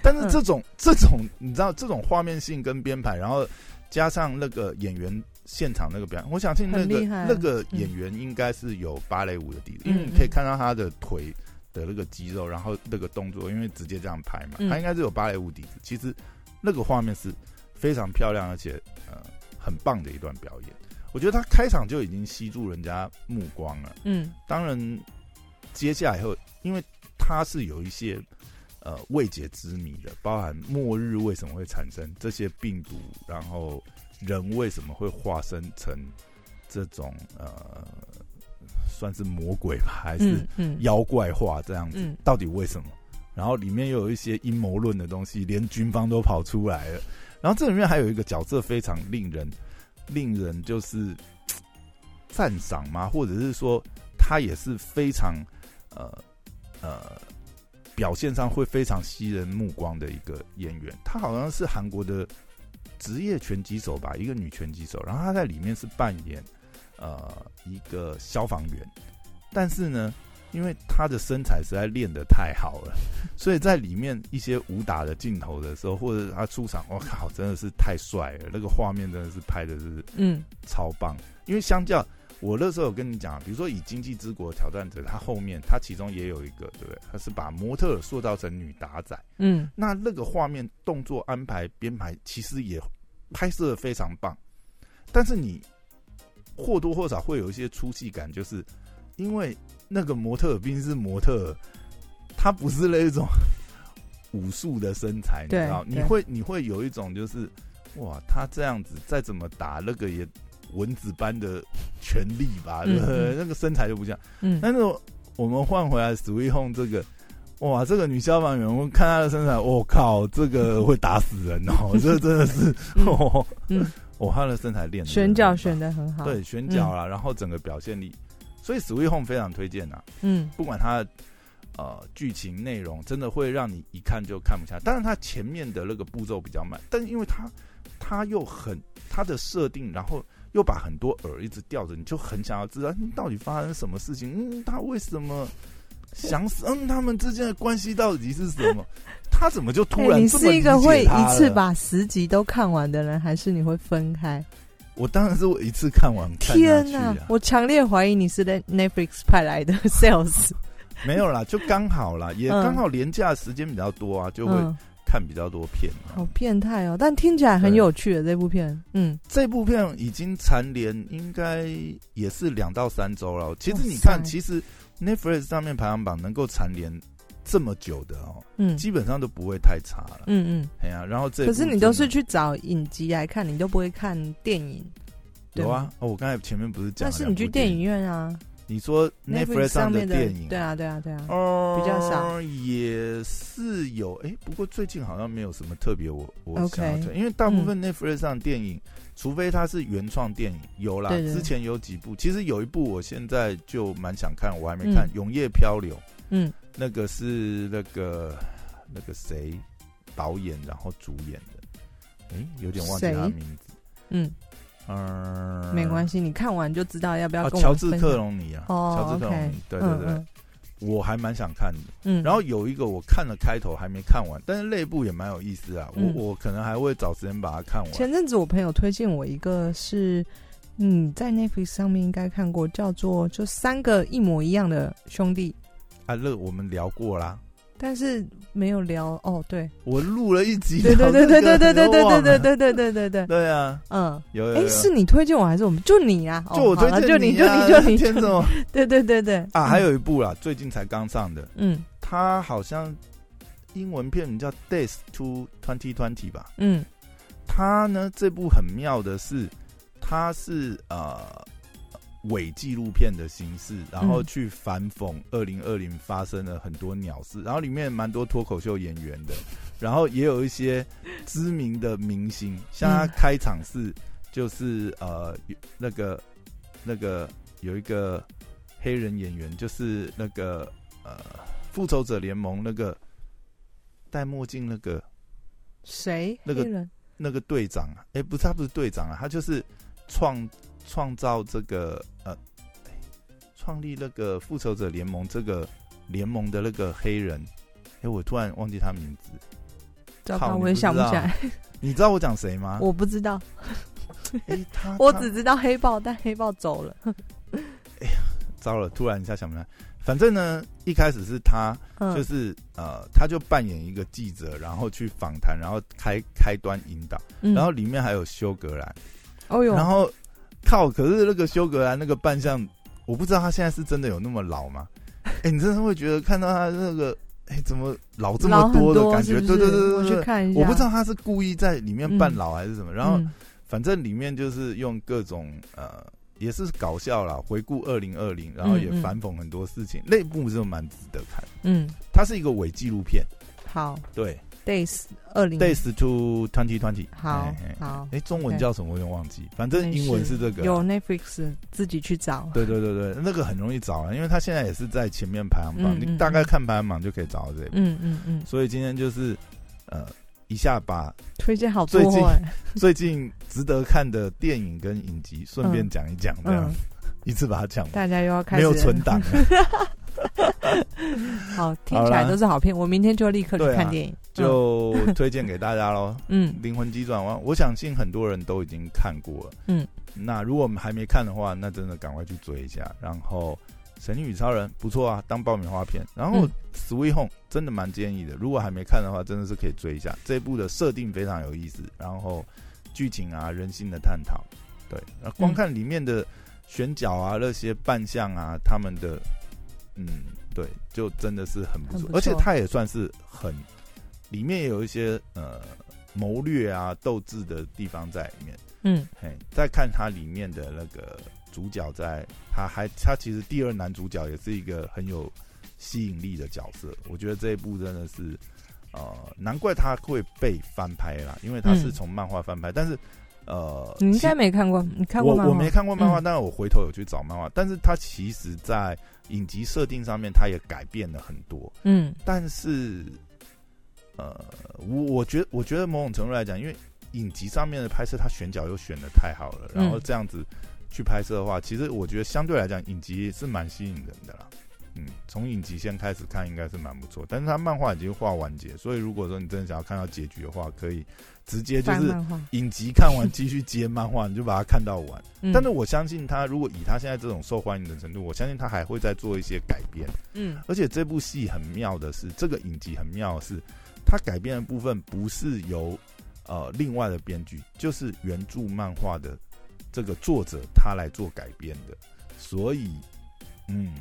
S1: 但是这种这种，你知道这种画面性跟编排，然后加上那个演员现场那个表演，我相信那
S2: 很
S1: 个
S2: 厉害
S1: 那个演员应该是有芭蕾舞的底子，因为
S2: 嗯
S1: 你可以看到他的腿的那个肌肉，然后那个动作，因为直接这样拍嘛，
S2: 嗯
S1: 他应该是有芭蕾舞底子。其实那个画面是非常漂亮，而且呃很棒的一段表演。我觉得他开场就已经吸住人家目光了。
S2: 嗯
S1: 当然，接下来以后，因为它是有一些呃未解之谜的，包含末日为什么会产生这些病毒，然后人为什么会化身成这种呃，算是魔鬼吧，还是
S2: 嗯嗯
S1: 妖怪化这样子？
S2: 嗯
S1: 到底为什么？然后里面又有一些阴谋论的东西，连军方都跑出来了。然后这里面还有一个角色非常令人令人就是赞赏吗？或者是说他也是非常呃呃表现上会非常吸人目光的一个演员。她好像是韩国的职业拳击手吧，一个女拳击手。然后她在里面是扮演呃一个消防员，但是呢，因为她的身材实在练得太好了，所以在里面一些武打的镜头的时候，或者她出场，我靠，真的是太帅了，那个画面真的是拍的是
S2: 嗯
S1: 超棒。因为相较我那时候有跟你讲，比如说以《经济之国挑战者》，它后面它其中也有一个，对不对？它是把模特儿塑造成女打仔，
S2: 嗯
S1: 那那个画面动作安排编排其实也拍摄的非常棒，但是你或多或少会有一些出戏感，就是因为那个模特儿毕竟是模特儿，他不是那一种 [laughs] 武术的身材，你
S2: 对
S1: 知道，你
S2: 对
S1: 会你会有一种就是哇，他这样子再怎么打那个也蚊子般的 [laughs] 权力吧，
S2: 嗯
S1: 对不对
S2: 嗯
S1: 那个身材就不像。
S2: 嗯
S1: 但是我们换回来 Sweet Home 这个，哇，这个女消防员，我看她的身材，我靠，这个会打死人哦！这真的是，
S2: 嗯，
S1: 哦，
S2: 嗯
S1: 哇，她的身材练得
S2: [laughs] 选角
S1: 很
S2: 选的很好，
S1: 棒，对选角啦，然后整个表现力，所以 Sweet Home 非常推荐啊，
S2: 嗯
S1: 不管它的呃剧情内容，真的会让你一看就看不下。当然，它前面的那个步骤比较慢，但是因为它它又很它的设定，然后又把很多饵一直吊着，你就很想要知道、嗯、到底发生什么事情，嗯，他为什么想死，嗯，他们之间的关系到底是
S2: [laughs]
S1: 什么？他怎么就突
S2: 哎
S1: 然
S2: 你
S1: 这么
S2: 是
S1: 理
S2: 一
S1: 解
S2: 个会
S1: 他
S2: 一次
S1: 了？
S2: 把十集都看完的人，还是你会分开？
S1: 我当然是我一次看完看下
S2: 天
S1: 去
S2: 哪
S1: 啊，！
S2: 我强烈怀疑你是 Net- Netflix 派来的 sales，
S1: 没有啦，就刚好啦，也
S2: 嗯
S1: 刚好廉价时间比较多啊，就会
S2: 嗯，
S1: 看比较多片啊、
S2: 好变态哦！但听起来很
S1: 对
S2: 有趣的这部片，嗯，
S1: 这部片已经蝉联应该也是两到三周了。其实你
S2: 哇塞
S1: 看，其实 Netflix 上面排行榜能够蝉联这么久的哦，
S2: 嗯
S1: 基本上都不会太差了。
S2: 嗯嗯。
S1: 哎呀、然后这
S2: 可是你都是
S1: 部
S2: 去找影集来看，你都不会看电影，
S1: 真的
S2: 对
S1: 有
S2: 吗
S1: 啊？哦，我刚才前面不是讲
S2: 但
S1: 了
S2: 是
S1: 两
S2: 你
S1: 部
S2: 去电影，院啊
S1: 你说 Netflix 上
S2: 面
S1: 电影，
S2: 对，啊对啊对啊，
S1: 哦，
S2: 比较少，
S1: 也是有哎、不过最近好像没有什么特别我我想要
S2: OK
S1: 推因为大部分 Netflix 上电影，除非它是原创电影，有啦，
S2: 对对
S1: 之前有几部，其实有一部我现在就蛮想看，我还没看《永夜漂流》，
S2: 嗯，
S1: 那个是那个那个谁导演然后主演的，哎、有点忘记
S2: 谁
S1: 他名字，
S2: 嗯，
S1: 嗯，
S2: 没关
S1: 系。
S2: 系，你看完就知道要不要
S1: 啊，
S2: 跟
S1: 乔
S2: 我
S1: 治
S2: 分
S1: 克
S2: 享。
S1: 隆尼啊，乔
S2: 哦
S1: 治克隆
S2: ，OK，
S1: 尼，对对对，
S2: 嗯
S1: 我还蛮想看的。
S2: 嗯，
S1: 然后有一个我看了开头还没看完，但是内部也蛮有意思啊，我、
S2: 嗯
S1: 我可能还会找时间把它看完。
S2: 前阵子我朋友推荐我一个是，嗯，在 Netflix 上面应该看过，叫做就三个一模一样的兄弟，
S1: 啊，那我们聊过啦，
S2: 但是没有聊哦，对，
S1: 我录了一集
S2: 对
S1: 聊
S2: 对对
S1: 这
S2: 对
S1: 个，
S2: 对对对
S1: 我
S2: 对
S1: 忘了
S2: 对对对对对对，
S1: 对啊，
S2: 嗯，
S1: 有有有
S2: 哎，是你推荐我还是我们？就你啊，
S1: 就我推荐、啊、
S2: 就就你嗯就你
S1: 天
S2: 就
S1: 怎
S2: 你，
S1: 么
S2: 对对对对
S1: 啊？还，有一部啦，最近才刚上的，
S2: 嗯
S1: 它好像英文片名叫《Days to Twenty Twenty》吧。
S2: 嗯
S1: 它呢这部很妙的是，它是呃伪纪录片的形式，然后
S2: 嗯
S1: 去反讽二零二零发生了很多鸟事，然后里面蛮多脱口秀演员的，然后也有一些知名的明星，像它
S2: 嗯
S1: 开场是就是呃那个那个有一个黑人演员，就是那个呃复仇者联盟那个戴墨镜那个。
S2: 谁
S1: 那个
S2: 黑人
S1: 那个队长啊，哎、不是他不是队长啊，他就是创创造这个呃，诶创立那个复仇者联盟这个联盟的那个黑人，哎、我突然忘记他名字，
S2: 糟
S1: 靠
S2: 糕，
S1: 你
S2: 我
S1: 不
S2: 也
S1: 知
S2: 想不
S1: 道啊
S2: 起来，
S1: 你知道我讲谁吗？
S2: 我不知道，
S1: 哎、他
S2: 我
S1: 他
S2: 只知道黑豹，但黑豹走了，
S1: 糟了，突然一下想不起来，反正呢，一开始是他 [laughs] 就
S2: 嗯
S1: 是呃，他就扮演一个记者，然后去访谈，然后开开端引导，
S2: 嗯，
S1: 然后里面还有休格兰。
S2: 哦哟，
S1: 然后靠，可是那个修格兰那个扮相，我不知道他现在是真的有那么老
S2: [laughs]
S1: 吗？哎、你真的会觉得看到他那个，哎、怎么老这
S2: 老
S1: 么
S2: 很
S1: 多的
S2: 多
S1: 感觉？
S2: 是不
S1: 对对
S2: 是
S1: 对
S2: 我
S1: 对
S2: 去
S1: 对。
S2: 看一下，
S1: 我不知道他是故意在里面扮老还是什么，然后
S2: 嗯
S1: 反正里面就是用各种呃，也是搞笑啦，回顾二零二零，然后也
S2: 嗯嗯
S1: 反讽很多事情，那部真的蛮值得看。
S2: 嗯，
S1: 它是一个伪纪录片，
S2: 好
S1: 对
S2: ，days 二零，
S1: ，Days to Twenty Twenty，
S2: 嗯好
S1: 哎，
S2: 好，
S1: 诶中文
S2: OK
S1: 叫什么我有点忘记，反正英文是这个。
S2: 有 Netflix 自己去找，
S1: 对对对对，那个很容易找啊，因为它现在也是在前面排行榜，
S2: 嗯
S1: 你
S2: 嗯
S1: 大概
S2: 嗯
S1: 看排行榜就可以找到这一部。
S2: 嗯嗯嗯，
S1: 所以今天就是呃，一下把
S2: 推荐好多
S1: 最近
S2: 哎，
S1: 最近值得看的电影跟影集顺便讲一讲，这样、
S2: 嗯，
S1: 一次把它讲完，
S2: 大家又要开
S1: 啊没
S2: 始
S1: 有存档。
S2: [laughs] 好，听起来都是好片，我明天就立刻去
S1: 对啊
S2: 看电影，嗯
S1: 就推荐给大家喽。
S2: 嗯
S1: 灵魂急转弯，我相信很多人都已经看过了。
S2: 嗯，
S1: 那如果我们还没看的话，那真的赶快去追一下。然后《神力与超人》不错啊，当爆米花片。然后《
S2: 嗯
S1: Sweet Home》真的蛮建议的，如果还没看的话，真的是可以追一下。这一部的设定非常有意思，然后剧情啊、人性的探讨，对，那
S2: 嗯
S1: 光看里面的选角啊、那些扮相啊，他们的嗯，对，就真的是很不
S2: 很
S1: 错，
S2: 不
S1: 而且
S2: 错
S1: 它也算是很里面也有一些呃谋略啊、斗志的地方在里面。
S2: 嗯
S1: 嘿，再看它里面的那个主角在，他还他其实第二男主角也是一个很有吸引力的角色。我觉得这一部真的是，呃，难怪他会被翻拍啦，因为他是
S2: 嗯
S1: 从漫画翻拍，但是呃，
S2: 你应
S1: 其
S2: 该没看过，你看过
S1: 我
S2: 吗？
S1: 我没看过漫画，
S2: 嗯
S1: 但是我回头有去找漫画，但是它其实在影集设定上面，它也改变了很多。
S2: 嗯
S1: 但是，呃，我我觉我觉得某种程度来讲，因为影集上面的拍摄，它选角又选的太好了，
S2: 嗯
S1: 然后这样子去拍摄的话，其实我觉得相对来讲，影集是蛮吸引人的啦。嗯，从影集先开始看应该是蛮不错，但是它漫画已经画完结，所以如果说你真的想要看到结局的话，可以直接就
S2: 翻
S1: 是
S2: 漫画，
S1: 影集看完继续接漫画，你就把它看到完。
S2: 嗯
S1: 但是我相信他，如果以他现在这种受欢迎的程度，我相信他还会再做一些改编。
S2: 嗯
S1: 而且这部戏很妙的是，这个影集很妙的是，它改编的部分不是由呃另外的编剧，就是原著漫画的这个作者他来做改编的，所以嗯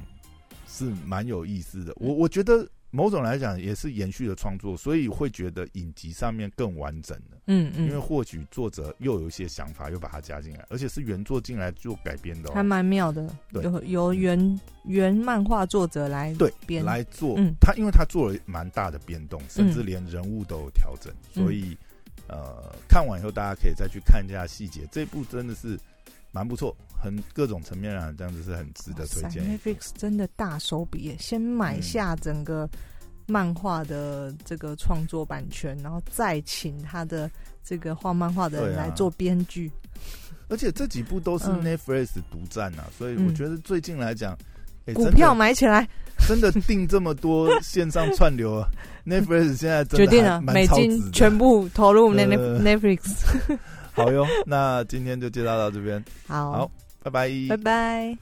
S1: 是蛮有意思的。我我觉得某种来讲也是延续的创作，所以会觉得影集上面更完整了。
S2: 嗯
S1: 因为
S2: 嗯，
S1: 或许作者又有一些想法，又把它加进来，而且是原作进来做改编的、
S2: 还
S1: 哦，
S2: 蛮妙的，
S1: 对
S2: 由由原原漫画作者来
S1: 对
S2: 编，
S1: 来做、
S2: 嗯
S1: 他，因为他做了蛮大的变动，甚至
S2: 嗯
S1: 连人物都有调整，所以呃，看完以后大家可以再去看一下细节，这部真的是蛮不错，很各种层面上这样子是很值得推荐。
S2: 哇塞 Netflix 真的大手笔耶，先买
S1: 嗯
S2: 下整个漫画的这个创作版权，然后再请他的这个画漫画的人
S1: 对啊
S2: 来做编剧。
S1: 而且这几部都是
S2: 嗯
S1: Netflix 独占啊，所以
S2: 嗯
S1: 我觉得最近来讲。哎
S2: 股
S1: 真
S2: 票
S1: 的
S2: 买起来，
S1: 真的订这么多线上串流
S2: [laughs]
S1: 啊，Netflix 现在真的
S2: 决定
S1: 还
S2: 了
S1: 蛮
S2: 美
S1: 超值
S2: 金
S1: 的呃
S2: 全部投入
S1: 对
S2: Net-
S1: 对
S2: Netflix。
S1: 好哟，那今天就介绍到这边，
S2: 好，
S1: 好，拜拜，
S2: 拜拜。